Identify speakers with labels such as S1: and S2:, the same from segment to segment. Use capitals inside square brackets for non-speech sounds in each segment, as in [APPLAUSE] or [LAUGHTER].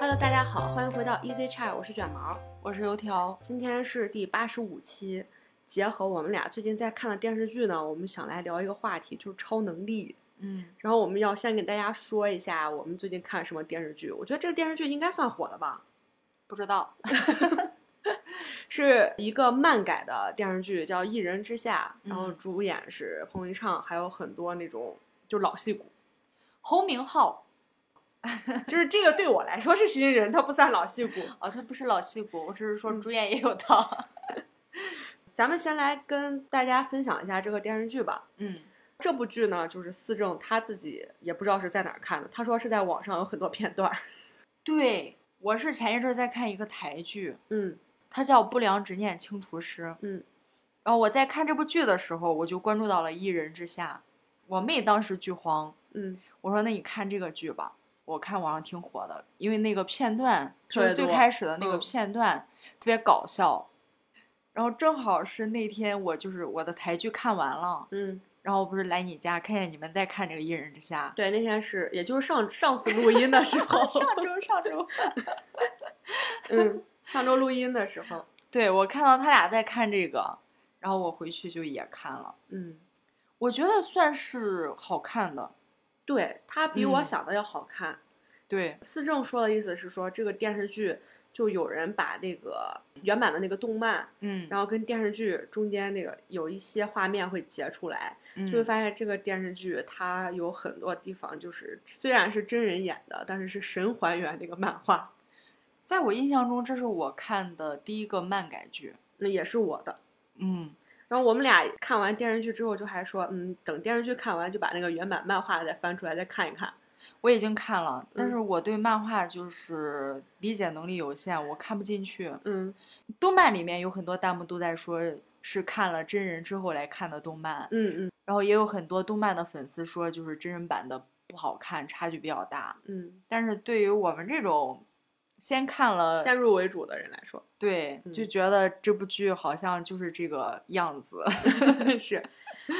S1: Hello，大家好，欢迎回到 Easy Chat，我是卷毛，
S2: 我是油条。
S1: 今天是第八十五期，结合我们俩最近在看的电视剧呢，我们想来聊一个话题，就是超能力。
S2: 嗯，
S1: 然后我们要先给大家说一下我们最近看什么电视剧。我觉得这个电视剧应该算火了吧，
S2: 不知道。
S1: 是一个漫改的电视剧，叫《一人之下》，
S2: 嗯
S1: 然后主演是彭昱畅，还有很多那种就老戏骨。
S2: 侯明昊
S1: 就是这个对我来说是新人，他不算老戏骨。
S2: 哦，他不是老戏骨，我只是说
S1: 嗯
S2: 主演也有
S1: [LAUGHS]
S2: 他。
S1: 咱们先来跟大家分享一下这个电视剧吧。
S2: 嗯，
S1: 这部剧呢，就是思政他自己也不知道是在哪儿看的，他说是在网上有很多片段。
S2: 对，我是前一阵儿在看一个台剧，
S1: 嗯
S2: 它叫《不良执念清除师》。
S1: 嗯，
S2: 然后我在看这部剧的时候，我就关注到了《一人之下》，我妹当时剧荒，
S1: 嗯，
S2: 我说那你看这个剧吧，我看网上挺火的，因为那个片段就
S1: 特别
S2: 是最
S1: 多
S2: 开始的那个
S1: 嗯
S2: 片段、特别搞笑，然后正好是那天我就是我的台剧看完了，
S1: 嗯，
S2: 然后不是来你家看见你们在看这个《一人之下
S1: 对，那天是也就是上上次录音
S2: [LAUGHS]
S1: 的时 [LAUGHS] 候，》，
S2: 上周上 [LAUGHS] 周，
S1: 嗯，上周录音的时 [LAUGHS] 候，
S2: 对我看到他俩在看这个，然后我回去就也看了，
S1: 嗯，
S2: 我觉得算是好看的，
S1: 对，它比我
S2: 嗯
S1: 想的要好看。
S2: 对，
S1: 思政说的意思是说，这个电视剧就有人把那个原版的那个动漫，
S2: 嗯，
S1: 然后跟电视剧中间那个有一些画面会截出来，
S2: 嗯
S1: 就会发现这个电视剧它有很多地方就是虽然是真人演的，但是是神还原那个漫画，
S2: 在我印象中，这是我看的第一个漫改剧，
S1: 那也是我的。
S2: 嗯，
S1: 然后我们俩看完电视剧之后，就还说，嗯，等电视剧看完就把那个原版漫画再翻出来再看一看。
S2: 我已经看了，但
S1: 嗯
S2: 是我对漫画就是理解能力有限，我看不进去。
S1: 嗯
S2: 动漫里面有很多弹幕都在说是看了真人之后来看的动漫，
S1: 嗯嗯
S2: 然后也有很多动漫的粉丝说就是真人版的不好看，差距比较大。
S1: 嗯，
S2: 但是对于我们这种先看了，
S1: 先入为主的人来说
S2: 对，
S1: 嗯
S2: 就觉得这部剧好像就是这个样
S1: [LAUGHS]
S2: 子。
S1: 是。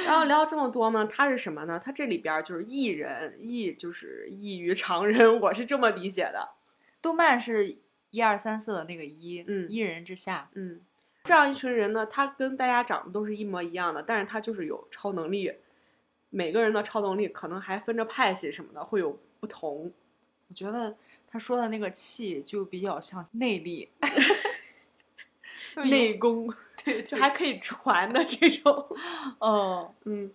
S1: 然后聊了这么多呢，它是什么呢？它这里边儿就是异人，异就是异于常人，我是这么理解的。
S2: 动漫是一二三四的那个一，
S1: 嗯
S2: 一人之下，
S1: 嗯，这样一群人呢，他跟大家长得都是一模一样的，但是他就是有超能力，每个人的超能力可能还分着派系什么的，会有不同。
S2: 我觉得他说的那个气就比较像内
S1: [LAUGHS]
S2: 力，
S1: 内功，对，就还可以传的这种。 [LAUGHS]
S2: 哦，
S1: 嗯，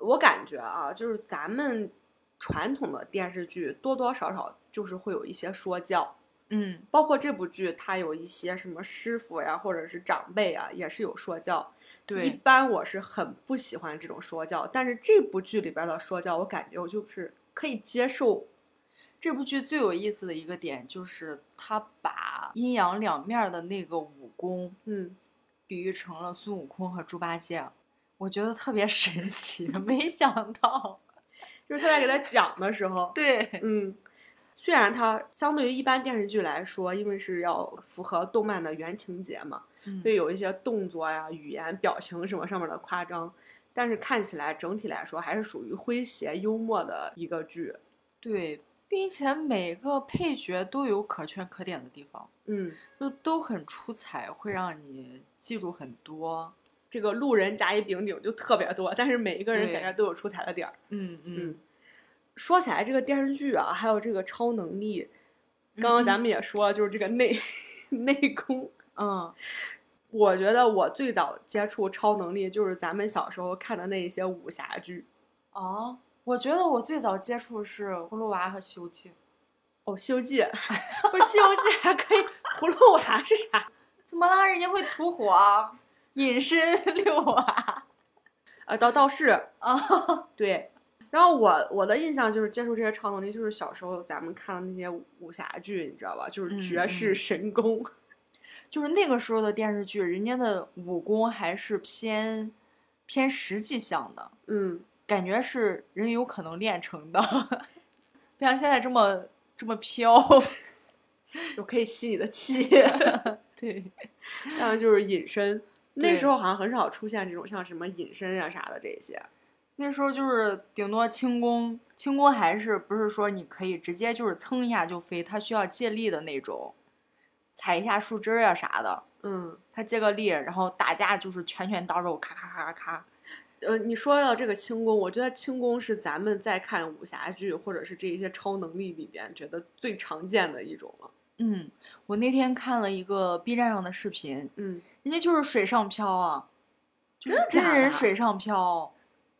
S1: 我感觉啊，就是咱们传统的电视剧多多少少就是会有一些说教，
S2: 嗯
S1: 包括这部剧，它有一些什么师傅呀，或者是长辈啊，也是有说教。一
S2: 对，
S1: 般我是很不喜欢这种说教，但是这部剧里边的说教，我感觉我就是可以接受。
S2: 这部剧最有意思的一个点就是他把阴阳两面的那个武功
S1: 嗯，
S2: 比喻成了孙悟空和猪八戒，啊我觉得特别神奇，没想到，
S1: 就是他在给他讲的时候， [LAUGHS]
S2: 对，
S1: 嗯，虽然它相对于一般电视剧来说，因为是要符合动漫的原情节嘛，
S2: 嗯
S1: 所以有一些动作呀、语言、表情什么上面的夸张，但是看起来整体来说还是属于诙谐幽默的一个剧。
S2: 对，并且每个配角都有可圈可点的地方。
S1: 嗯，
S2: 就都很出彩，会让你记住很多。
S1: 这个路人甲乙丙丁就特别多，但是每一个人
S2: 对
S1: 感觉都有出彩的点儿。
S2: 嗯
S1: 嗯，说起来这个电视剧啊，还有这个超能力，刚刚咱们也说了，就是这个内 [LAUGHS] 内功。
S2: 嗯
S1: 我觉得我最早接触超能力就是咱们小时候看的那一些武侠剧，
S2: 哦，我觉得我最早接触是《葫芦娃》和《西游记》，
S1: 哦，《西游记》不是《西游记》还可以， [LAUGHS] 《葫芦娃》是啥
S2: 怎么啦？人家会吐 [LAUGHS] 火、隐身、 [LAUGHS] 遛娃
S1: 啊？道道士
S2: 啊？
S1: 对。然后我我的印象就是接触这些超能力，就是小时候咱们看的那些武武侠剧，你知道吧？就是
S2: 嗯
S1: 绝世
S2: 嗯
S1: 神功， [LAUGHS]
S2: 就是那个时候的电视剧，人家的武功还是偏偏实际向的，
S1: 嗯，
S2: 感觉是人有可能练成的， [LAUGHS] 不像现在这么这么飘。 [LAUGHS]
S1: 就可以吸你的气，
S2: 对，
S1: 然后就是隐身。那
S2: 对
S1: 时候好像很少出现这种像什么隐身啊啥的这些，
S2: 那时候就是顶多轻功、轻功还是不是说你可以直接就是蹭一下就飞，它需要借力的那种，踩一下树枝儿啊啥的，
S1: 嗯，
S2: 它借个力，然后打架就是拳拳到肉，咔咔咔咔咔。
S1: 呃，你说到这个轻功，我觉得轻功是咱们在看武侠剧或者是这一些超能力里边觉得最常见的一种了。
S2: 嗯，我那天看了一个 B 站上的视频，
S1: 嗯，
S2: 人家就是水上漂啊，就是
S1: 真的
S2: 真
S1: 假
S2: 人
S1: 的
S2: 水上漂，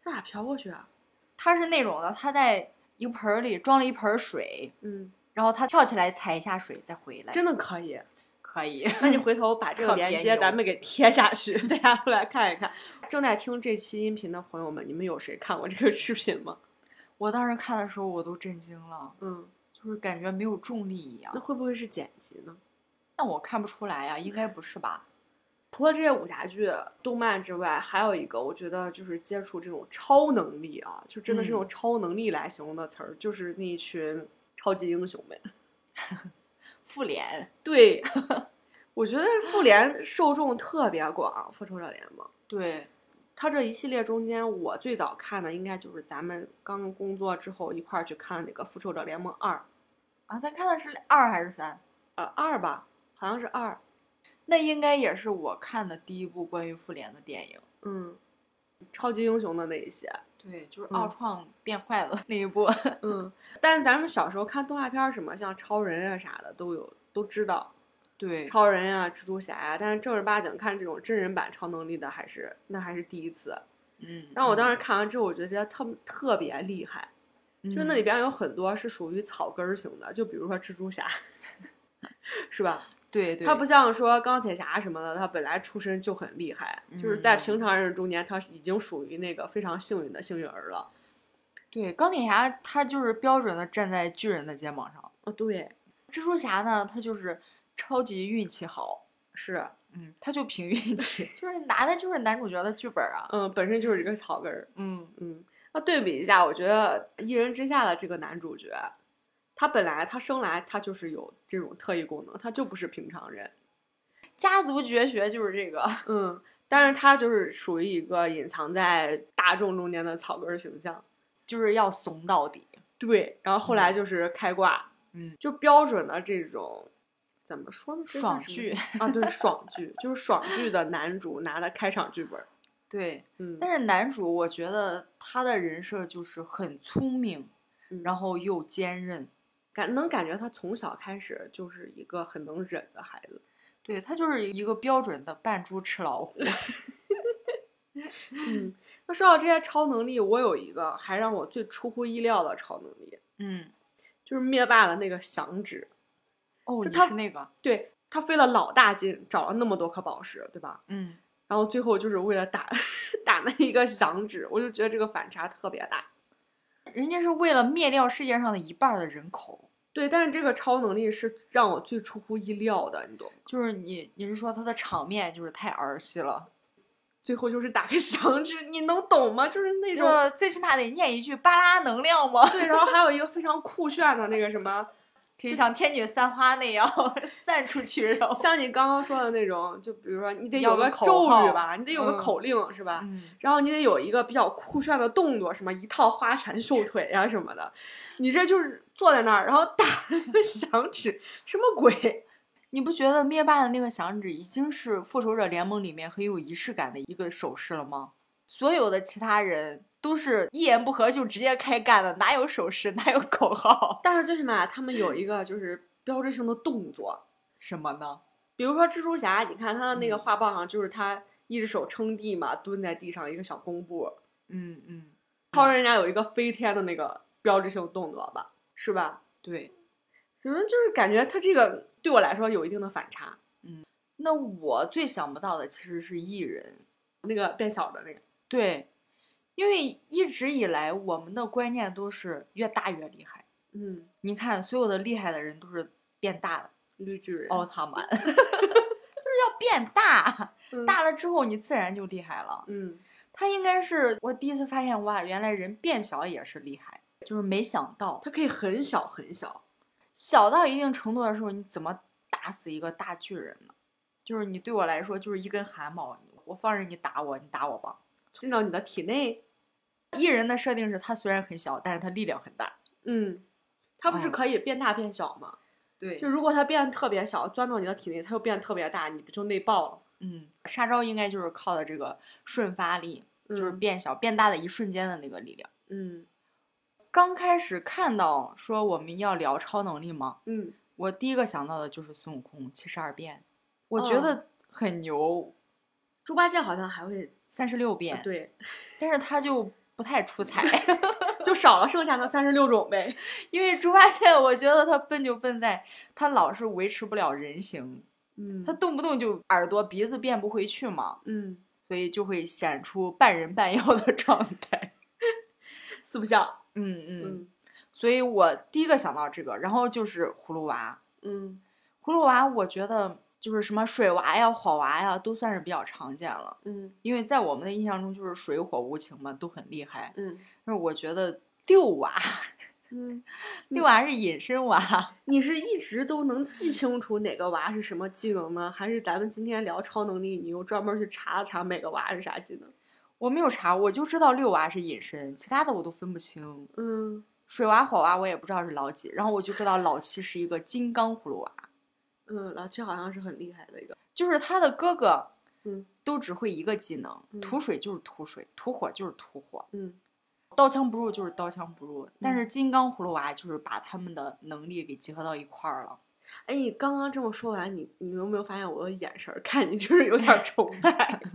S1: 他咋飘过去啊？
S2: 他是那种的，他在一个盆儿里装了一盆儿水，
S1: 嗯，
S2: 然后他跳起来踩一下水再回来，
S1: 真的可以。
S2: 可以。
S1: 那你回头把这个
S2: 特别
S1: 链接
S2: 牛
S1: 咱们给贴下去， [LAUGHS] 大家都来看一看。正在听这期音频的朋友们，你们有谁看过这个视频吗？
S2: [LAUGHS] 我当时看的时候我都震惊了，
S1: 嗯，
S2: 就是感觉没有重力一样
S1: 那。会不会是剪辑呢？
S2: 但我看不出来呀、应该不是吧？
S1: 除了这些武侠剧、动漫之外，还有一个我觉得就是接触这种超能力啊，就真的是
S2: 嗯
S1: 用超能力来形容的词儿，就是那一群超级英雄呗。
S2: 复联，
S1: [LAUGHS] 对，我觉得复联受众特别广，《复仇者联盟》
S2: 对，
S1: 它这一系列中间，我最早看的应该就是咱们刚工作之后一块儿去看的那个《复仇者联盟二》，
S2: 啊，咱看的是二还是三？
S1: 呃，二吧，好像是二。
S2: 那应该也是我看的第一部关于复联的电影。
S1: 嗯，超级英雄的那一些，
S2: 对，就是
S1: 嗯
S2: 奥创变坏了那一部。 [LAUGHS]
S1: 嗯， [LAUGHS] 但是咱们小时候看动画片儿，什么像超人啊啥的都有都知道，
S2: 对，
S1: 超人啊、蜘蛛侠呀、但是正儿八经看这种真人版超能力的，还是那还是第一次。
S2: 嗯。
S1: 然后我当时
S2: 嗯
S1: 看完之后，我觉得特特别厉害，就是那里边有很多是属于草根儿型的，就比如说蜘
S2: [LAUGHS]
S1: 蛛侠，是吧？
S2: 对对，
S1: 他不像说钢铁侠什么的，他本来出身就很厉害，就是在
S2: 嗯
S1: 平常人中间，他是已经属于那个非常幸运的幸运儿了。
S2: 对钢铁侠，他就是标准的站在巨人的肩膀上。
S1: 哦，对，
S2: 蜘蛛侠呢，他就是超级运气好，
S1: 是，
S2: 嗯，他就凭运气， [LAUGHS] 就是拿的就是男主角的剧本啊。
S1: 嗯，本身就是一个草根儿，
S2: 嗯
S1: 嗯。那对比一下，我觉得《一人之下》的这个男主角，他本来他生来他就是有这种特异功能，他就不是平常人， [LAUGHS]
S2: 家族绝学就是这个。 [LAUGHS]
S1: 嗯。但是他就是属于一个隐藏在大众中间的草根儿形象，
S2: 就是要怂到底。
S1: 对。然后后来就是开挂，
S2: 嗯，
S1: 就标准的这种怎么说呢？这算
S2: 爽
S1: 什么
S2: 剧
S1: 啊，对，爽剧就是爽剧的男主拿的开场剧本儿，
S2: 对，
S1: 嗯，
S2: 但是男主我觉得他的人设就是很聪明，
S1: 嗯
S2: 然后又坚韧。
S1: 感能感觉他从小开始就是一个很能忍的孩子，
S2: 对他就是一个标准的扮猪吃老虎。 [LAUGHS]
S1: 嗯。那说到这些超能力，我有一个还让我最出乎意料的超能力，
S2: 嗯，
S1: 就是灭霸的那个响指，
S2: 哦，
S1: 就
S2: 你
S1: 他
S2: 是那个，
S1: 对他费了老大劲找了那么多颗宝石，对吧？
S2: 嗯，
S1: 然后最后就是为了打 [LAUGHS] 打那一个响指，我就觉得这个反差特别大。
S2: 人家是为了灭掉世界上的一半儿的人口。
S1: 对，但是这个超能力是让我最出乎意料的，你懂吗？
S2: 就是你，你是说他的场面就是太儿戏了，
S1: 最后就是打个响指，你能懂吗？就是那种
S2: 这最起码得念一句“巴拉能量”吗？
S1: 对，然后还有一个非常酷炫的那个什么，
S2: 可以像天女散花那样 [LAUGHS] 散出去， [LAUGHS] 然后，
S1: 像你刚刚说的那种，就比如说你得
S2: 要
S1: 有
S2: 个
S1: 个
S2: 口
S1: 咒
S2: 号
S1: 语吧，你得有
S2: 嗯
S1: 个口令是吧？
S2: 嗯，
S1: 然后你得有一个比较酷炫的动作，什么一套花拳绣腿啊什么的，你这就是坐在那儿，然后打那个响指，什么鬼？ [LAUGHS]
S2: 你不觉得灭霸的那个响指已经是复仇者联盟里面很有仪式感的一个手势了吗？所有的其他人都是一言不合就直接开干的，哪有手势，哪有口号，
S1: 但是最起码他们有一个就是标志性的动作，
S2: 什么呢？
S1: 比如说蜘蛛侠，你看他的那个
S2: 嗯
S1: 画报上就是他一只手撑地嘛，蹲在地上一个小弓步，
S2: 嗯嗯，
S1: 超人家有一个飞天的那个标志性动作吧，是吧？
S2: 对，
S1: 什么就是感觉他这个对我来说有一定的反差，
S2: 那我最想不到的其实是艺人，
S1: 那个变小的那个，
S2: 对，因为一直以来我们的观念都是越大越厉害。
S1: 嗯，
S2: 你看，所有的厉害的人都是变大的，
S1: 绿巨人
S2: 奥，特曼 [LAUGHS] 就是要变大，
S1: 嗯
S2: 大了之后你自然就厉害了。
S1: 嗯，
S2: 他应该是我第一次发现，哇，原来人变小也是厉害，就是没想到
S1: 他可以很小很小，
S2: 小到一定程度的时候，你怎么打死一个大巨人呢？就是你对我来说就是一根汗毛，我放任你打我，你打我吧。
S1: 进到你的体内，
S2: 异人的设定是他虽然很小，但是他力量很大。
S1: 嗯，它不是
S2: 哦
S1: 可以变大变小吗？
S2: 对
S1: 就如果它变得特别小，钻到你的体内，它又变得特别大，你不就内爆了？
S2: 嗯，杀招应该就是靠的这个瞬发力，就是
S1: 嗯
S2: 变小变大的一瞬间的那个力量。
S1: 嗯
S2: 刚开始看到说我们要聊超能力吗？
S1: 嗯，
S2: 我第一个想到的就是孙悟空七十二变，我觉
S1: 哦
S2: 得很牛，
S1: 猪八戒好像还会呃
S2: 三十六变，
S1: 啊对，
S2: 但是他就不太出
S1: [LAUGHS]
S2: 彩，
S1: 就少了剩下那三十六种呗。
S2: 因为猪八戒我觉得他笨就笨在他老是维持不了人形，
S1: 嗯
S2: 他动不动就耳朵鼻子变不回去嘛，
S1: 嗯，
S2: 所以就会显出半人半妖的状态。
S1: [LAUGHS] 四不像。
S2: 嗯嗯，
S1: 嗯
S2: 所以我第一个想到这个，然后就是葫芦娃。
S1: 嗯
S2: 葫芦娃，我觉得就是什么水娃呀、火娃呀，都算是比较常见了。
S1: 嗯
S2: 因为在我们的印象中，就是水火无情嘛，都很厉害。
S1: 嗯
S2: 但是我觉得六娃，
S1: 嗯，
S2: 六娃是隐身娃，
S1: 你是一直都能记清楚哪个娃是什么技能呢？还是咱们今天聊超能力，你又专门去查了查每个娃是啥技能？
S2: 我没有查，我就知道六娃是隐身，其他的我都分不清。
S1: 嗯
S2: 水娃、火娃我也不知道是老几，然后我就知道老七是一个金刚葫芦娃，
S1: 嗯，老七好像是很厉害的一个。
S2: 就是他的哥哥，
S1: 嗯，
S2: 都只会一个技能，
S1: 嗯
S2: 吐水就是吐水，吐火就是吐火，
S1: 嗯
S2: 刀枪不入就是刀枪不入，但是金刚葫芦娃就是把他们的能力给结合到一块儿了。
S1: 哎，你刚刚这么说完，你你有没有发现我的眼神儿看你就是有点儿崇拜？ [LAUGHS]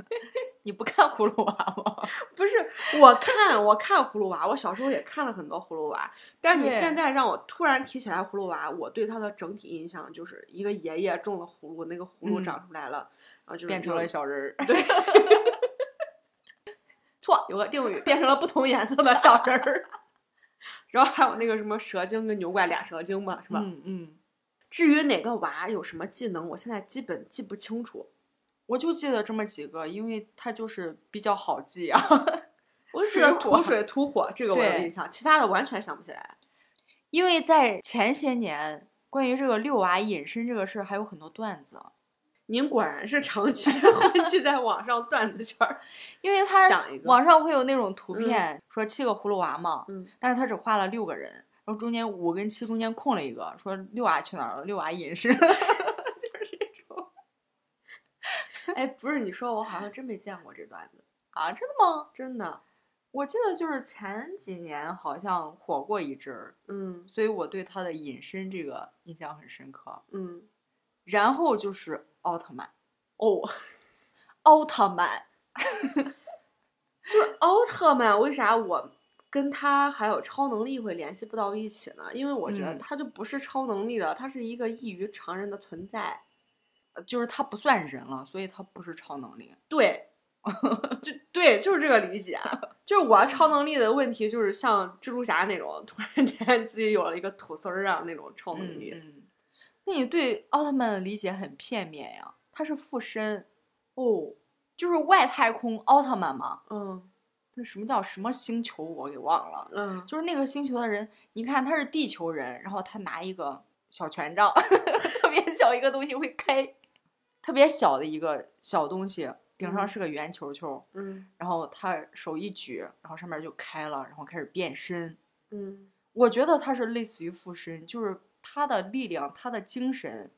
S2: 你不看葫芦娃吗？
S1: 不是，我看我看葫芦娃，我小时候也看了很多葫芦娃，但是你
S2: 对
S1: 现在让我突然提起来葫芦娃，我对它的整体印象就是一个爷爷种了葫芦，那个葫芦
S2: 嗯
S1: 长出来了，然后就是
S2: 变成
S1: 有
S2: 了小人儿，
S1: 对， [LAUGHS] 错有个定语，变成了不同颜色的小人儿。 [LAUGHS] 然后还有那个什么蛇精跟牛怪俩蛇精嘛，是吧？
S2: 嗯嗯，
S1: 至于哪个娃有什么技能，我现在基本记不清楚。
S2: 我就记得这么几个，因为它就是比较好记啊。 [LAUGHS]
S1: 我只
S2: 水
S1: 记得
S2: 火
S1: 吐水、吐火，这个我有
S2: 对
S1: 印象，其他的完全想不起来。
S2: 因为在前些年，关于这个六娃隐身这个事儿还有很多段子，
S1: 您果然是长
S2: [LAUGHS]
S1: 期 [LAUGHS] 混迹在网上段子圈儿。
S2: 因为 [LAUGHS] 他
S1: 讲一个
S2: 网上会有那种图片、说七个葫芦娃嘛，
S1: 嗯
S2: 但是他只画了六个人，然后中间五跟七中间空了一个，说六娃去哪儿了？六娃隐身。 [LAUGHS]
S1: 哎，不是，你说我好像真没见过这段子，
S2: 啊，真的吗？
S1: 真的。
S2: 我记得就是前几年好像火过一阵儿，
S1: 嗯
S2: 所以我对他的隐身这个印象很深刻。
S1: 嗯，
S2: 然后就是奥特曼，
S1: 哦，
S2: 奥特曼，
S1: [LAUGHS] 就是奥特曼，为啥我跟他还有超能力会联系不到一起呢？因为我觉得
S2: 嗯
S1: 他就不是超能力的，他是一个异于常人的存在。
S2: 呃就是他不算人了，所以他不是超能力。
S1: 对，就对，就是这个理解。就是我超能力的问题，就是像蜘蛛侠那种，突然间自己有了一个吐丝儿啊那种超能
S2: 嗯
S1: 力。
S2: 嗯，那你对奥特曼的理解很片面呀？他是附身，
S1: 哦，
S2: 就是外太空奥特曼嘛？
S1: 嗯
S2: 那什么叫什么星球？我给忘了。
S1: 嗯，
S2: 就是那个星球的人，你看他是地球人，然后他拿一个小权杖， [LAUGHS] 特别小一个东西会开，特别小的一个小东西，顶上
S1: 嗯
S2: 是个圆球球，
S1: 嗯
S2: 然后他手一举，然后上面就开了，然后开始变身。
S1: 嗯
S2: 我觉得他是类似于附身，就是他的力量，他的精神，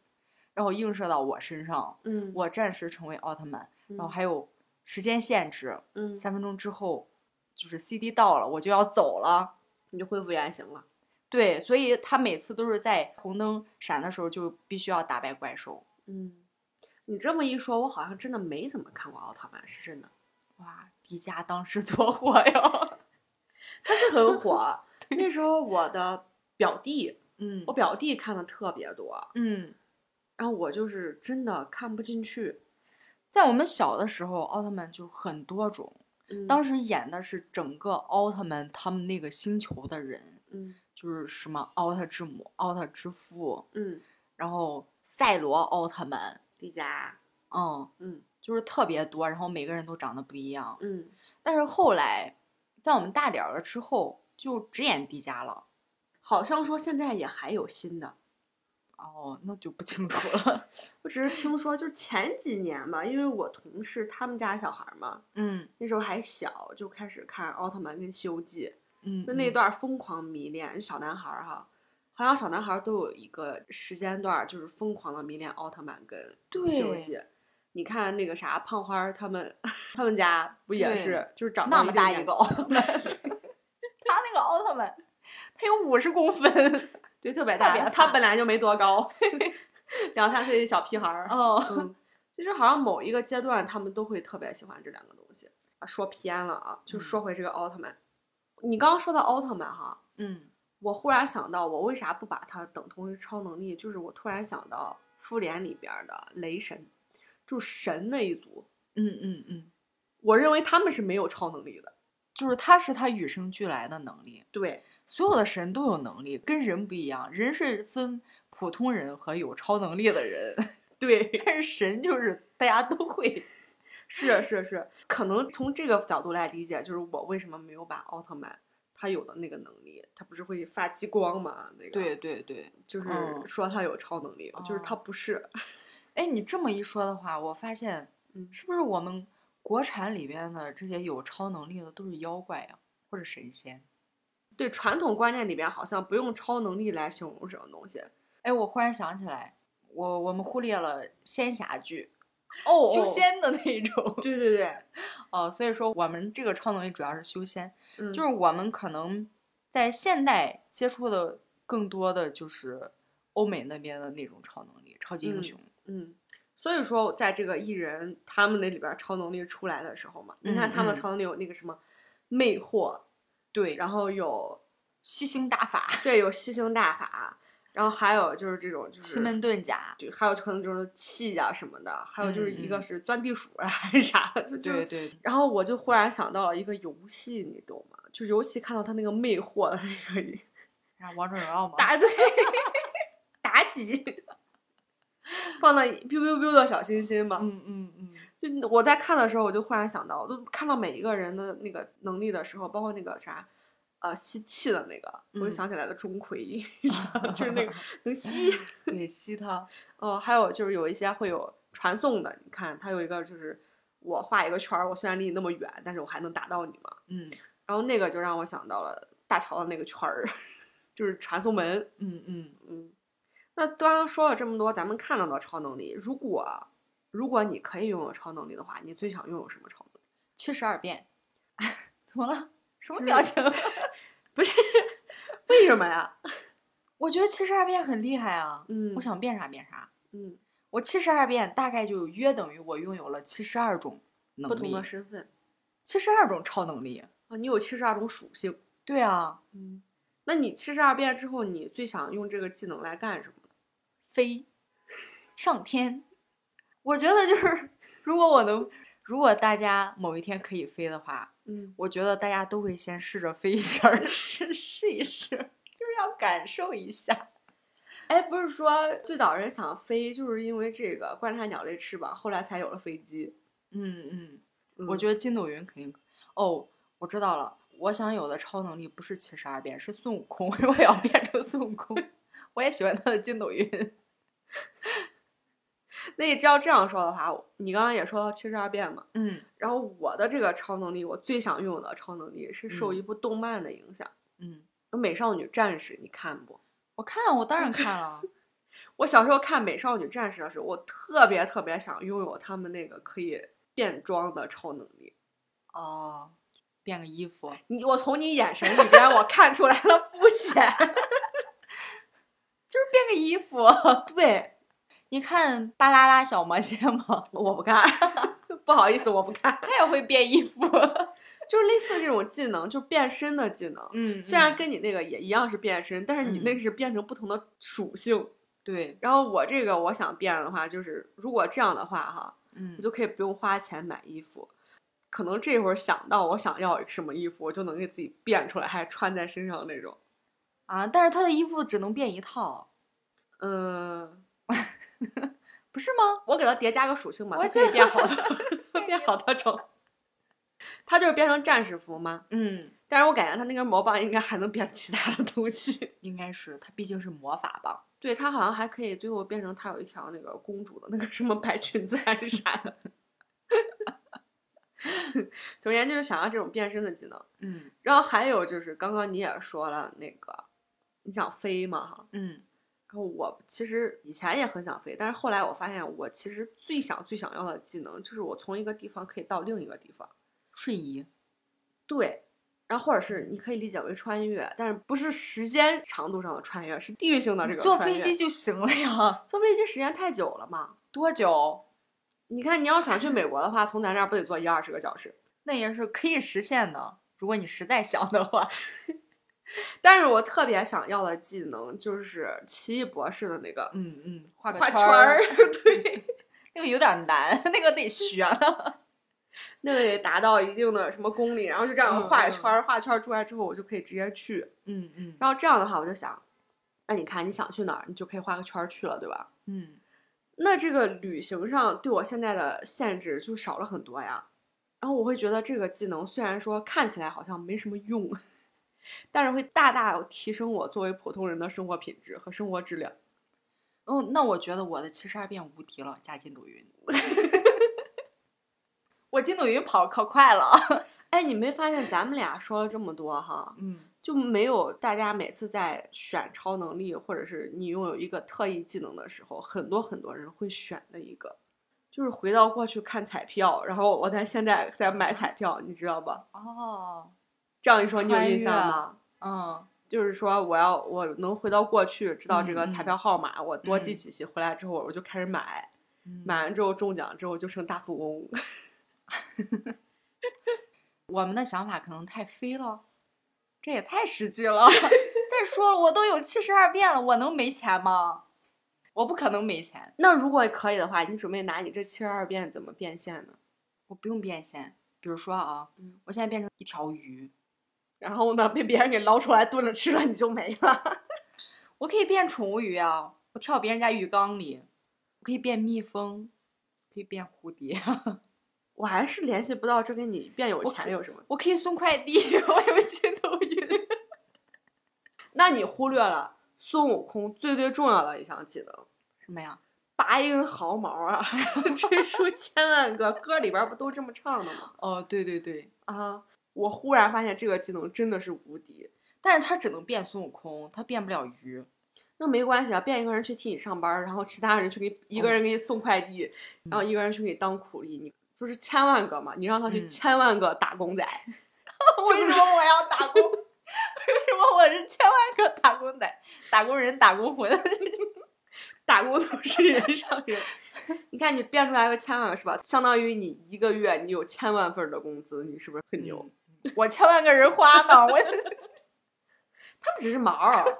S2: 然后映射到我身上，
S1: 嗯，
S2: 我暂时成为奥特曼，然后
S1: 嗯
S2: 还有时间限制，
S1: 嗯，
S2: 三分钟之后就是 CD 到了，我就要走了。
S1: 你就恢复原形了。
S2: 对，所以他每次都是在红灯闪的时候就必须要打败怪兽。
S1: 嗯，你这么一说，我好像真的没怎么看过奥特曼，是 [LAUGHS] 真的。
S2: 哇，迪迦当时 [LAUGHS] 多火呀！
S1: 他是很火。那时候我的表弟，
S2: 嗯
S1: 我表弟看的特别多，
S2: 嗯，
S1: 然后我就是真的看不进去。
S2: 在我们小的时候，奥特曼就很多种，
S1: 嗯
S2: 当时演的是整个奥特曼他们那个星球的人，
S1: 嗯
S2: 就是什么奥特之母、奥特之父，
S1: 嗯，
S2: 然后赛罗奥特曼，
S1: 迪迦，
S2: 嗯，
S1: 嗯
S2: 就是特别多，然后每个人都长得不一样。
S1: 嗯，
S2: 但是后来，在我们大点儿了之后，就只演迪迦了。
S1: 好像说现在也还有新的。
S2: 哦，那就不清楚了。
S1: 我只是听
S2: 嗯
S1: 说，就是前几年吧，因为我同事他们家小孩儿嘛，
S2: 嗯
S1: 那时候还小，就开始看奥特曼跟西游记，
S2: 嗯，
S1: 就那
S2: 嗯
S1: 段疯狂迷恋小男孩儿哈。好像小男孩儿都有一个时间段儿，就是疯狂的迷恋奥特曼跟西游
S2: 对
S1: 记。你看那个啥胖花儿他们，他们家不也
S2: 对
S1: 是，就是长到
S2: 那
S1: 一
S2: 么
S1: 定
S2: 大
S1: 年
S2: 一个奥特曼， [LAUGHS] 他那个奥特
S1: [LAUGHS]
S2: 曼，他有五十公分。
S1: 对，特别
S2: 特
S1: 大。
S2: 别
S1: 他
S2: 大
S1: 本来就没多
S2: [LAUGHS]
S1: 高，两三岁的小屁孩儿。
S2: 哦，
S1: [LAUGHS] 嗯，就是好像某一个阶段，他们都会特别喜欢这两个东西。啊，说偏了啊，
S2: 嗯
S1: 就说回这个奥特曼。你刚刚说到奥特曼哈，
S2: 嗯，
S1: 我忽然想到，我为啥不把它等同于超能力？就是我突然想到复联里边儿的雷神，就神那一族，
S2: 嗯嗯嗯，
S1: 我认为他们是没有超能力的。
S2: 就是他是他与生俱来的能力，
S1: 对，
S2: 所有的神都有能力，跟人不一样，人是分普通人和有超能力的人， [LAUGHS]
S1: 对，
S2: 但是神就是大家都
S1: [LAUGHS]
S2: 会。
S1: 是是是，可能从这个角度来理解，就是我为什么没有把奥特曼他有的那个能力，他不是会发激光嘛？那个
S2: 对，对对，
S1: 就是
S2: 嗯哦
S1: 说他有超能力，就是他不是。
S2: 哎，你这么一说的话，我发现
S1: 嗯，
S2: 是不是我们国产里边的这些有超能力的都是妖怪呀、或者神仙？
S1: 对传统观念里边好像不用超能力来形容什么东西。
S2: 哎，我忽然想起来，我我们忽略了仙侠剧，
S1: 哦
S2: 修。仙的那种。 [LAUGHS]
S1: 对对对，
S2: 哦，所以说我们这个超能力主要是修仙，
S1: 嗯，
S2: 就是我们可能在现代接触的更多的就是欧美那边的那种超能力，超级英
S1: 嗯
S2: 雄。
S1: 嗯。所以说，在这个艺人他们那里边超能力出来的时候嘛，你看
S2: 嗯
S1: 他
S2: 嗯
S1: 们的超能力有那个什么魅惑，
S2: 对，然后
S1: 然后有
S2: 吸星大法、
S1: 对有吸星大法，然后还有就是这种就是
S2: 奇门遁甲，
S1: 对，还有可能就是气呀、什么的，还有就是
S2: 嗯
S1: 一个
S2: 嗯
S1: 是钻地鼠啊、 [LAUGHS] 还是啥的，就就
S2: 对。对
S1: 然后我就忽然想到了一个游戏，你懂吗？就尤其看到他那个魅惑的 [LAUGHS] 那个
S2: 然后王者荣耀嘛，
S1: 答对 [LAUGHS] 妲己，放到 biu biu biu 的小心心嘛。
S2: 嗯嗯嗯，
S1: 就我在看的时候，我就忽然想到，我都看到每一个人的那个能力的时候，包括那个啥。呃，吸气的那个，我就
S2: 嗯
S1: 想起来了钟 [LAUGHS] 馗，就
S2: [LAUGHS]
S1: 是那个能吸，
S2: 对吸他，
S1: 哦，还有就是有一些会有传送的，你看它有一个就是我画一个圈儿，我虽然离你那么远，但是我还能打到你嘛。
S2: 嗯
S1: 然后那个就让我想到了大乔的那个圈儿， [LAUGHS] 就是传送门。
S2: 嗯嗯，
S1: 嗯，那刚刚说了这么多，咱们看到的超能力，如果如果你可以拥有超能力的话，你最想拥有什么超能力？
S2: 七十二变， [LAUGHS] 怎么了？什么
S1: 就是 [LAUGHS]
S2: 表情？ [LAUGHS]
S1: 不是为什么呀？
S2: 我觉得七十二变很厉害啊，
S1: 嗯，
S2: 我想变啥变啥。
S1: 嗯，
S2: 我七十二变大概就约等于我拥有了七十二种能
S1: 不
S2: 力，
S1: 同的身份
S2: 七十二种超能力。
S1: 啊，你有七十二种属性。
S2: 对啊，
S1: 嗯，那你七十二变之后，你最想用这个技能来干什么？
S2: 飞，上天。我觉得就是，如果我能，如果大家某一天可以飞的话，
S1: 嗯，
S2: 我觉得大家都会先试着飞一下儿， [LAUGHS] 试试一试，就是要感受一下。
S1: 哎，不是说最早人想飞，就是因为这个观察鸟类翅膀，后来才有了飞机。
S2: 嗯嗯，
S1: 嗯
S2: 我觉得筋斗云肯定。哦，我知道了，我想有的超能力不是七十二变，是孙悟空， [LAUGHS] 我也要变成孙悟空。 [LAUGHS] 我也喜欢他的筋斗云。
S1: 那你要这样说的话，你刚刚也说到七十二变嘛，
S2: 嗯
S1: 然后我的这个超能力，我最想拥有的超能力是受一部动漫的影响，
S2: 嗯，
S1: 美少女战士》，你看不？
S2: 我看，我当然看了。
S1: 我小时候看《美少女战士》的时候，我特别特别想拥有他们那个可以变装的超能力。
S2: [LAUGHS] 哦，变个衣服。
S1: 你，我从你眼神里边，我看出来了肤浅。 [LAUGHS]
S2: 就是变个衣服。 [LAUGHS]
S1: 对，
S2: 你看巴啦啦小魔仙吗？ [LAUGHS]
S1: 我不看，不好意思，我不看。
S2: 他也会变衣服。
S1: 就是类似这种技能，就变身的技能。
S2: 嗯
S1: 虽然跟你那个也一样是变身，但是你
S2: 嗯
S1: 那个是变成不同的属性。
S2: 对，
S1: 然后我这个我想变的话，就是如果这样的话哈，
S2: 嗯
S1: 你就可以不用花钱买衣服。可能这会儿想到我想要什么衣服，我就能给自己变出来，还穿在身上那种。
S2: 啊，但是他的衣服只能变一套，
S1: 嗯， [LAUGHS]
S2: 不是吗？
S1: 我给它叠加个属性吧，
S2: 我
S1: 它
S2: 这
S1: 自 [LAUGHS] 己变好多，变好多种。它就是变成战士服吗？
S2: 嗯，
S1: 但是我感觉他那根毛棒应该还能变其他的东西。
S2: 应该是它毕竟是魔法吧。
S1: 对他好像还可以最后变成他有一条那个公主的那个什么白裙子还是啥的。总而言之，就是想要这种变身的技能。
S2: 嗯
S1: 然后还有就是，刚刚你也说了那个，你想飞嘛哈？
S2: 嗯
S1: 然后我其实以前也很想飞，但是后来我发现，我其实最想最想要的技能就是我从一个地方可以到另一个地方。
S2: 瞬移，
S1: 对，然后或者是你可以理解为穿越，但是不是时间长度上的穿越，是地域性的这个
S2: 坐
S1: 穿
S2: 飞
S1: 越
S2: 机，就行了 [LAUGHS] 呀。
S1: 坐飞机时间太久了嘛。
S2: 多久？
S1: 你看，你要想去美国的话，从咱这儿不得坐一二十个小时？
S2: 那也是可以实现的，如果你实在想的话。
S1: 但是我特别想要的技能就是奇异博士的那个
S2: 嗯嗯，画个
S1: 画圈
S2: 儿，
S1: 儿，[LAUGHS]
S2: [LAUGHS] 对，那个有点难，那个得啊学呢。
S1: 那个得达到一定的什么公里，然后就这样
S2: 嗯
S1: 画一
S2: 嗯
S1: 圈儿，画圈儿出来之后，我就可以直接去。
S2: 嗯嗯
S1: 然后这样的话，我就想，那你看你想去哪儿，你就可以画个圈儿去了，对吧？
S2: 嗯，
S1: 那这个旅行上对我现在的限制就少了很多呀。然后我会觉得这个技能虽然说看起来好像没什么用， [LAUGHS] 但是会大大提升我作为普通人的生活品质和生活质量。
S2: 哦，那我觉得我的七十二变无敌了，加筋斗云。 [LAUGHS] 我筋斗云跑可快了。
S1: 哎，你没发现咱们俩说了这么多哈，
S2: 嗯
S1: 就没有大家每次在选超能力，或者是你拥有一个特异技能的时候，很多很多人会选的一个，就是回到过去看彩票，然后我在现在在买彩票，你知道吧？
S2: 哦
S1: 这样一说，你有
S2: 穿
S1: 印象
S2: 越
S1: 吗？
S2: 嗯
S1: 就是说，我要我能回到过去，知道这个
S2: 嗯嗯
S1: 彩票号码，我多记
S2: 嗯
S1: 几期，回来之后我就开始买，
S2: 嗯
S1: 买完之后中奖之后就成大富翁。 [LAUGHS]
S2: 我们的想法可能太飞了，这也太实际了。再说了，我都有七十二变了，我能没钱吗？我不可能没钱，
S1: [LAUGHS] 那如果可以的话，你准备拿你这七十二变怎么变现呢？
S2: 我不用变现。比如说啊，
S1: 嗯
S2: 我现在变成一条鱼，
S1: 然后呢，被别人给捞出来炖了吃了，你就没了。 [LAUGHS]
S2: 我可以变宠物鱼啊，我跳别人家鱼缸里，我可以变蜜蜂，可以变蝴蝶，啊
S1: 我还是联系不到这跟你变有
S2: 我可
S1: 钱有什么。
S2: 我可以送快递， [LAUGHS] 我有筋斗云。
S1: 那你忽略了孙悟空最最重要的一项技能
S2: [LAUGHS] 什么呀？
S1: ——拔根毫毛啊， [LAUGHS] 追出千万个，歌里边不都这么唱的吗？
S2: 哦，对对对，
S1: 啊！我忽然发现这个技能真的是无敌。
S2: 但是它只能变孙悟空，它变不了鱼。 [LAUGHS]
S1: 那没关系啊，变一个人去替你上班儿，然后其他人去给一
S2: 哦
S1: 个人给你送快递，
S2: 嗯
S1: 然后一个人去给你当苦力，你就是千万个嘛，你让他去
S2: 嗯
S1: 千万个打
S2: [LAUGHS]
S1: 工仔，
S2: 为什么我要打工？ [LAUGHS] 为什么我是千万个打工仔、打工人、打工魂？
S1: 打工都是人上
S2: [LAUGHS]
S1: 人。你看你变出来个千万个是吧？相当于你一个月你有千万份儿的工资，你是不是很牛？
S2: 嗯 [LAUGHS] 我千万个人花呢？我
S1: 他们只是毛儿，
S2: [LAUGHS]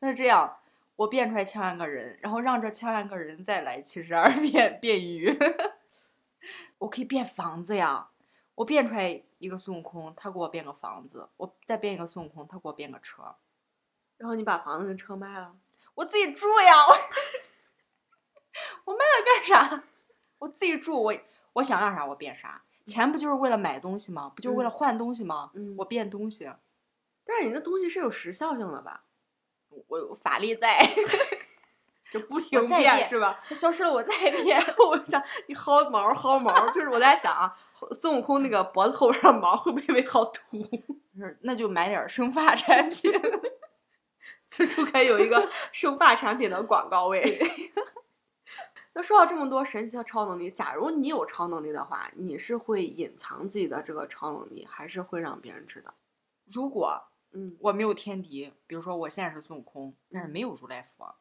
S2: 那这样，我变出来千万个人，然后让这千万个人再来七十二变变鱼。 [LAUGHS] 我可以变房子呀！我变出来一个孙悟空，他给我变个房子；我再变一个孙悟空，他给我变个车。
S1: 然后你把房子跟车卖了，
S2: 我自己住呀，我 [LAUGHS] 我卖了干啥？ [LAUGHS] 我自己住，我我想要啥我变啥，钱不就是为了买东西吗？不就是为了换东西吗？
S1: 嗯
S2: 我变东西，
S1: 但是你那东西是有时效性的吧？
S2: 我有法力在， [LAUGHS]
S1: 就不停
S2: 再
S1: 变
S2: 变
S1: 是吧？
S2: 它消失了我再
S1: [LAUGHS]
S2: 变。
S1: 我就想你薅毛儿薅毛儿，就是我在想啊，孙悟空那个脖子后边儿的毛会不会被薅秃？
S2: 是那就买点儿生发产品。 [LAUGHS]
S1: 此处可以有一个生发产品的广告位。 [LAUGHS] 那说到这么多神奇的超能力，假如你有超能力的话，你是会隐藏自己的这个超能力，还是会让别人知道？
S2: 如果
S1: 嗯，
S2: 我没有天敌，比如说我现在是孙悟空，但是没有如来佛，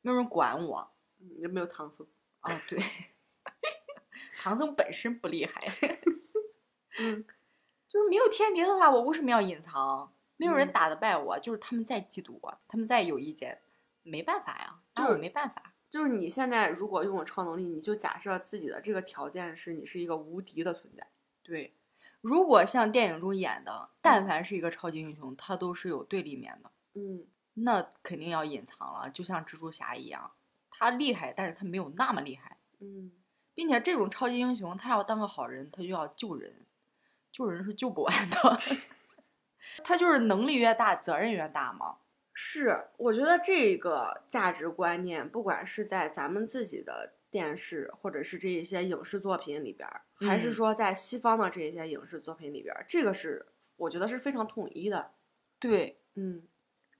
S2: 没有人管我
S1: 有没有唐僧？
S2: 啊。对， [LAUGHS] 唐僧本身不厉害。
S1: [LAUGHS] 嗯，
S2: 就是没有天敌的话，我为什么要隐藏？没有人
S1: 嗯
S2: 打得败我，就是他们在嫉妒我，他们在有意见，没办法呀，那
S1: 就是
S2: 我没办法。
S1: 就是你现在如果拥有超能力，你就假设自己的这个条件是你是一个无敌的存在。
S2: 对，如果像电影中演的，但凡是一个超级英雄，他都是有对立面的，
S1: 嗯，
S2: 那肯定要隐藏了，就像蜘蛛侠一样，他厉害，但是他没有那么厉害，
S1: 嗯，
S2: 并且这种超级英雄，他要当个好人，他就要救人，救人是救不完的。 [LAUGHS] 他就是能力越大，责任越大嘛。
S1: 是，我觉得这个价值观念，不管是在咱们自己的电视，或者是这一些影视作品里边儿，还是
S2: 嗯
S1: 说在西方的这一些影视作品里边儿，这个是我觉得是非常统一的。
S2: 对，
S1: 嗯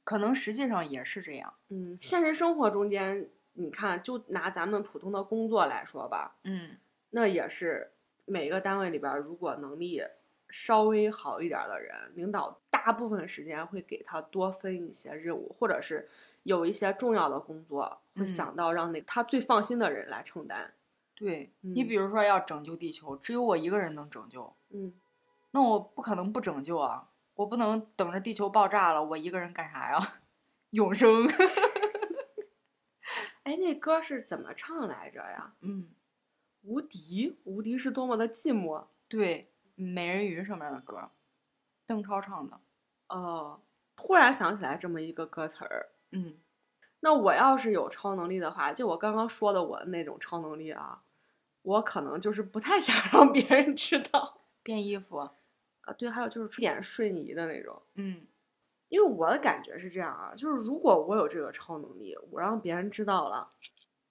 S2: 可能实际上也是这样。
S1: 嗯，现实生活中间，你看，就拿咱们普通的工作来说吧，
S2: 嗯，
S1: 那也是每个单位里边儿，如果能力稍微好一点儿的人，领导大部分时间会给他多分一些任务，或者是有一些重要的工作，会
S2: 嗯
S1: 想到让那他最放心的人来承担。
S2: 对你
S1: 嗯
S2: 比如说要拯救地球，只有我一个人能拯救，
S1: 嗯，
S2: 那我不可能不拯救啊！我不能等着地球爆炸了，我一个人干啥呀？ [LAUGHS] 永生。
S1: 哎，那歌是怎么唱来着呀？
S2: [LAUGHS] 嗯，
S1: 无敌，无敌是多么的寂寞
S2: 对，嗯美人鱼上面的歌，邓超唱的。
S1: 哦！突然想起来这么一个歌词儿。
S2: 嗯，
S1: 那我要是有超能力的话，就我刚刚说的我那种超能力啊，我可能就是不太想 [LAUGHS] 让别人知道。
S2: 变衣服。
S1: 啊，对，还有就是出点瞬移的那种。
S2: 嗯，
S1: 因为我的感觉是这样啊，就是如果我有这个超能力，我让别人知道了，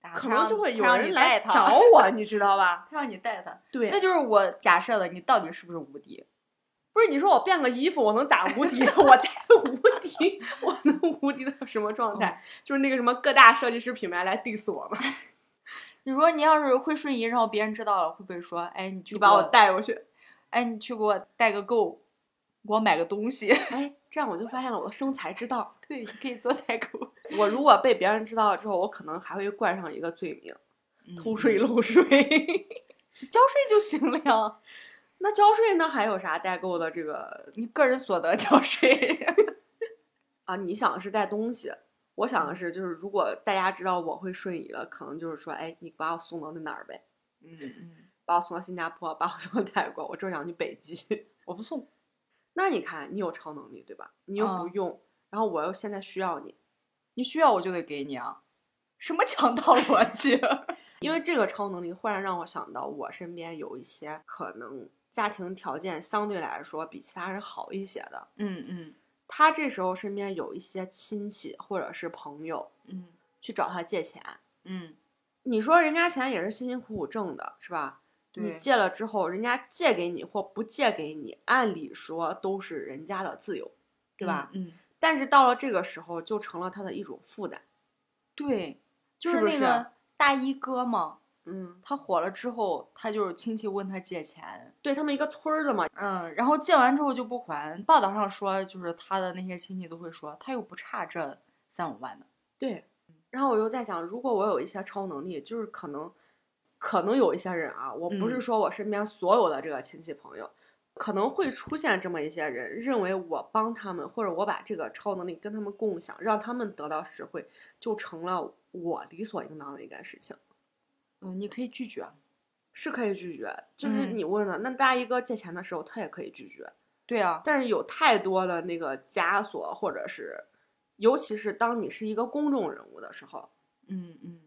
S2: 打
S1: 可
S2: 他
S1: 能
S2: 让
S1: 就会有
S2: 他让
S1: 人
S2: 你
S1: 来
S2: 带
S1: 找
S2: 他，
S1: [LAUGHS] 我，你知道吧？
S2: 他让你带他，
S1: 对，
S2: 那就是我假设的，你到底是不是无敌？
S1: 不是你说我变个衣服，我能打无敌？ [LAUGHS] 我才无敌，我能无敌到什么状态？就是那个什么各大设计师品牌来 diss 我嘛，
S2: 你说你要是会瞬移，然后别人知道了，会不会说，哎，你去给
S1: 你把我，带过去。
S2: 哎，你去给我带个购，给我买个东 [LAUGHS] 西。
S1: 哎，这样我就发现了我的生财之 [LAUGHS] 道。
S2: 对，你可以做代购，
S1: 我如果被别人知道了之后，我可能还会冠上一个罪名：
S2: 嗯
S1: 偷税
S2: 了，
S1: 漏税。
S2: [LAUGHS] 交税就行了呀。
S1: [LAUGHS] 那交税呢？还有啥代购的这
S2: [LAUGHS]
S1: 个
S2: 你个人所得交税。
S1: 啊？你想的是带东西，我想的是就是，如果大家知道我会瞬移了，可能就是说，哎，你把我送到那哪儿呗，
S2: 嗯嗯，
S1: 把我送到新加坡，把我送到泰国，我正想去北极。 [LAUGHS]
S2: 我不送。
S1: 那你看，你有超能力对吧？你又不
S2: 嗯
S1: 用，然后我又现在需要你，
S2: 你需要我就得给你啊，什么强盗逻辑？啊
S1: 因为这个超能力忽然让我想到，我身边有一些可能家庭条件相对来说比其他人好一些的，
S2: [LAUGHS] 嗯嗯
S1: 他这时候身边有一些亲戚或者是朋友
S2: 嗯
S1: 去找他借钱。
S2: 嗯，
S1: 你说人家钱也是辛辛苦苦挣的，是吧？你
S2: 对，
S1: 借了之后，人家借给你或不借给你，按理说都是人家的自由，对吧？
S2: 嗯，嗯
S1: 但是到了这个时候，就成了他的一种负担。
S2: 对，就是是啊
S1: 不
S2: 那
S1: 是
S2: 个大衣哥嘛，
S1: 嗯，
S2: 他火了之后，他就是亲戚问他借钱，
S1: 对他们一个村儿的嘛，
S2: 嗯，然后借完之后就不还。报道上说，就是他的那些亲戚都会说，他又不差这三五万的。
S1: 对。
S2: 嗯
S1: 然后我就在想，如果我有一些超能力，就是可能，可能有一些人啊，我不是
S2: 嗯
S1: 说我身边所有的这个亲戚朋友，可能会出现这么一些人，认为我帮他们，或者我把这个超能力跟他们共享，让他们得到实惠，就成了我理所应当的一件事情，
S2: 嗯，你可以拒绝。
S1: 是可以拒绝。就是
S2: 嗯
S1: 你问的，那大衣哥借钱的时候，他也可以拒绝。
S2: 对啊，
S1: 但是有太多的那个枷锁，或者是，尤其是当你是一个公众人物的时候，
S2: 嗯嗯，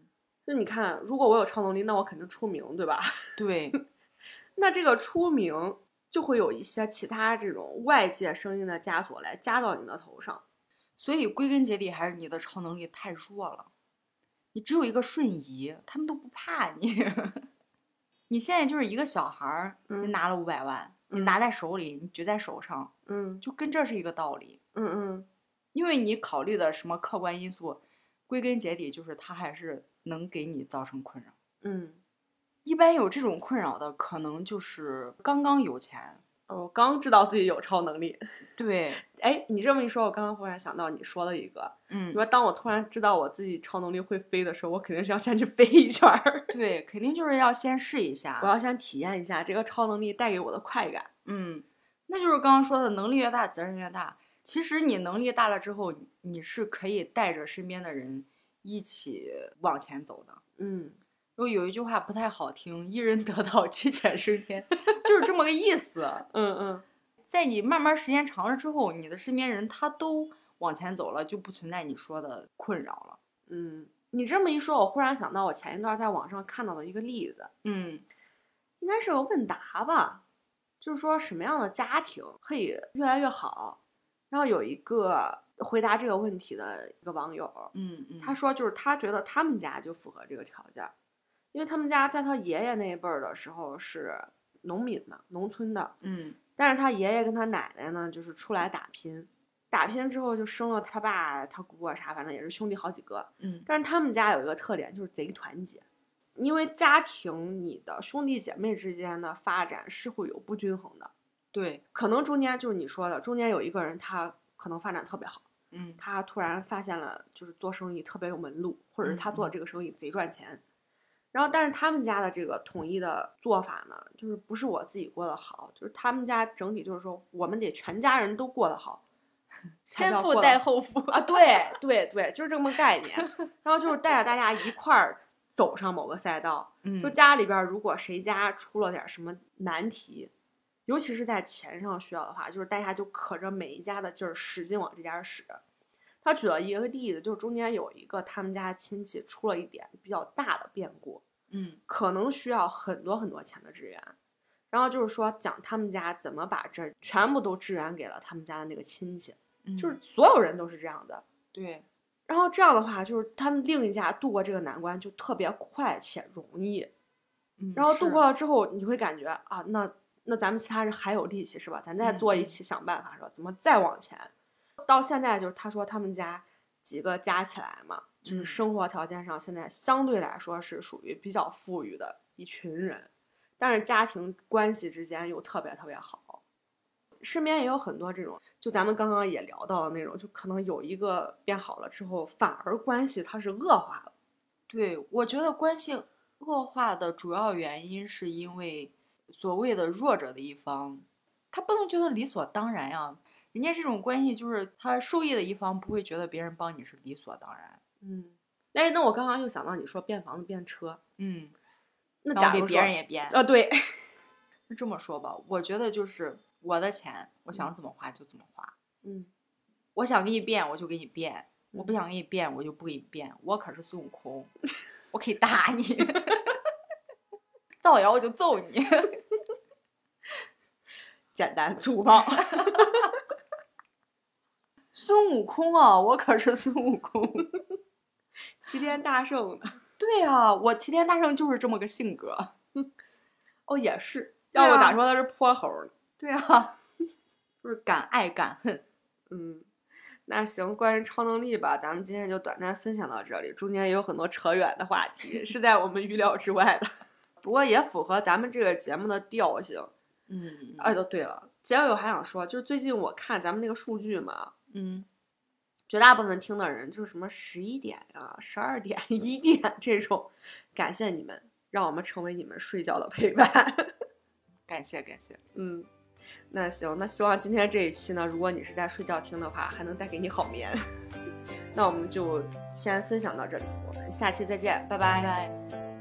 S1: 就你看，如果我有超能力，那我肯定出名，对吧？
S2: [LAUGHS]
S1: [LAUGHS]
S2: 对，
S1: 那这个出名就会有一些其他这种外界声音的枷锁来加到你的头上。
S2: 所以归根结底还是你的超能力太弱了，你只有一个瞬移，他们都不怕你。 [LAUGHS] 你现在就是一个小孩儿，你
S1: 嗯
S2: 拿了五百万，你
S1: 嗯
S2: 拿在手里，你举在手上，
S1: 嗯
S2: 就跟这是一个道理。
S1: 嗯嗯，
S2: 因为你考虑的什么客观因素，归根结底就是它还是能给你造成困扰。
S1: 嗯，
S2: 一般有这种困扰的，可能就是刚刚有钱。
S1: 哦我刚知道自己有超能力。
S2: 对，
S1: 哎，你这么一说，我刚刚忽然想到你说的一个，
S2: 嗯
S1: 你，说当我突然知道我自己超能力会飞的时候，我肯定是要先去飞一圈儿， [LAUGHS]
S2: 对，肯定就是要先试一
S1: 我
S2: 下。
S1: 要先体验一下这个超能力带给我的快感。
S2: 嗯，那就是刚刚说的，能力越大，责任越大。其实你能力大了之后，你是可以带着身边的人一起往前走的。
S1: 嗯，
S2: 因为有一句话不太好听，“一人得道，鸡犬升天”， [LAUGHS] 就是这么个意思。
S1: 嗯嗯，
S2: 在你慢慢时间长了之后，你的身边人他都往前走了，就不存在你说的困扰了。
S1: 嗯，你这么一说，我忽然想到我前一段在网上看到的一个例子，
S2: 嗯
S1: 应该是个问答吧，就是说什么样的家庭可以越来越好。然后有一个回答这个问题的一个网友，
S2: 嗯嗯，
S1: 他说就是他觉得他们家就符合这个条件，因为他们家在他爷爷那一辈儿的时候是农民嘛，农村的，
S2: 嗯
S1: 但是他爷爷跟他奶奶呢，就是出来打拼，打拼之后就生了他爸、他姑啊啥，反正也是兄弟好几个。
S2: 嗯
S1: 但是他们家有一个特点，就是贼团结，因为家庭你的兄弟姐妹之间的发展是会有不均衡的，
S2: 对，
S1: 可能中间就是你说的，中间有一个人他可能发展特别好，
S2: 嗯
S1: 他突然发现了就是做生意特别有门路，或者是他做这个生意贼赚钱。然后，但是他们家的这个统一的做法呢，就是不是我自己过得好，就是他们家整体就是说，我们得全家人都过得好， [LAUGHS] 才
S2: 先
S1: 叫
S2: 富
S1: 过得
S2: 带后富
S1: 啊，对对对，就是这么个概念。然后就是带着大家一块儿走上某个赛道。
S2: 嗯 [LAUGHS]
S1: 就家里边儿如果谁家出了点儿什么难题，尤其是在钱上需要的话，就是大家就可着每一家的劲儿使劲往这家使。他举了一个例子，就是中间有一个他们家亲戚出了一点比较大的变故，
S2: 嗯
S1: 可能需要很多很多钱的支援。然后就是说，讲他们家怎么把这全部都支援给了他们家的那个亲戚，
S2: 嗯
S1: 就是所有人都是这样的。
S2: 对，
S1: 然后这样的话，就是他们另一家度过这个难关就特别快且容易。
S2: 嗯
S1: 然后度
S2: 是
S1: 过了之后，你会感觉啊，那那咱们其他人还有力气是吧？咱再
S2: 嗯
S1: 坐一
S2: 嗯
S1: 起想办法是吧？怎么再往前？到现在就是他说他们家几个加起来嘛，就是
S2: 嗯
S1: 生活条件上现在相对来说是属于比较富裕的一群人，但是家庭关系之间又特别特别好。身边也有很多这种，就咱们刚刚也聊到的那种，就可能有一个变好了之后，反而关系它是恶化了。
S2: 对，我觉得关系恶化的主要原因是因为所谓的弱者的一方，他不能觉得理所当然呀、人家这种关系就是他受益的一方不会觉得别人帮你是理所当然。
S1: 嗯，哎，那我刚刚又想到你说变房子变车，
S2: 嗯，
S1: 那
S2: 然
S1: 假
S2: 后
S1: 如
S2: 给别
S1: 说
S2: 人也编。
S1: 啊，对，
S2: 那这么说吧，我觉得就是我的钱，我想
S1: 嗯
S2: 怎么花就怎么花，
S1: 嗯
S2: 我想给你变我就给你变，我不
S1: 嗯
S2: 想给你变我就不给你变。我可是孙悟空，我可以打你， [LAUGHS] 造谣我就揍你。 [LAUGHS]
S1: 简单粗暴。 [LAUGHS]
S2: 孙悟空啊，我可是孙悟空。 [LAUGHS]
S1: 齐天大圣
S2: 对啊，我齐天大圣就是这么个性格。
S1: 哦，也是，
S2: 对
S1: 要不
S2: 啊
S1: 咋说他是泼猴呢？
S2: 对啊，就是敢爱敢恨。
S1: 嗯，那行，关于超能力吧，咱们今天就短暂分享到这里，中间也有很多扯远的话题，是在我们预料之外的， [LAUGHS] 不过也符合咱们这个节目的调性。
S2: 嗯
S1: 哎，都对了，结尾我还想说，就是最近我看咱们那个数据嘛，
S2: 嗯，
S1: 绝大部分听的人就是什么十一点啊、十二点、 [LAUGHS] 一点这种，感谢你们，让我们成为你们睡觉的陪伴。
S2: 感谢感谢。
S1: 嗯，那行，那希望今天这一期呢，如果你是在睡觉听的话，还能带给你好眠。 [LAUGHS] 那我们就先分享到这里，我们下期再见，拜拜
S2: 拜拜。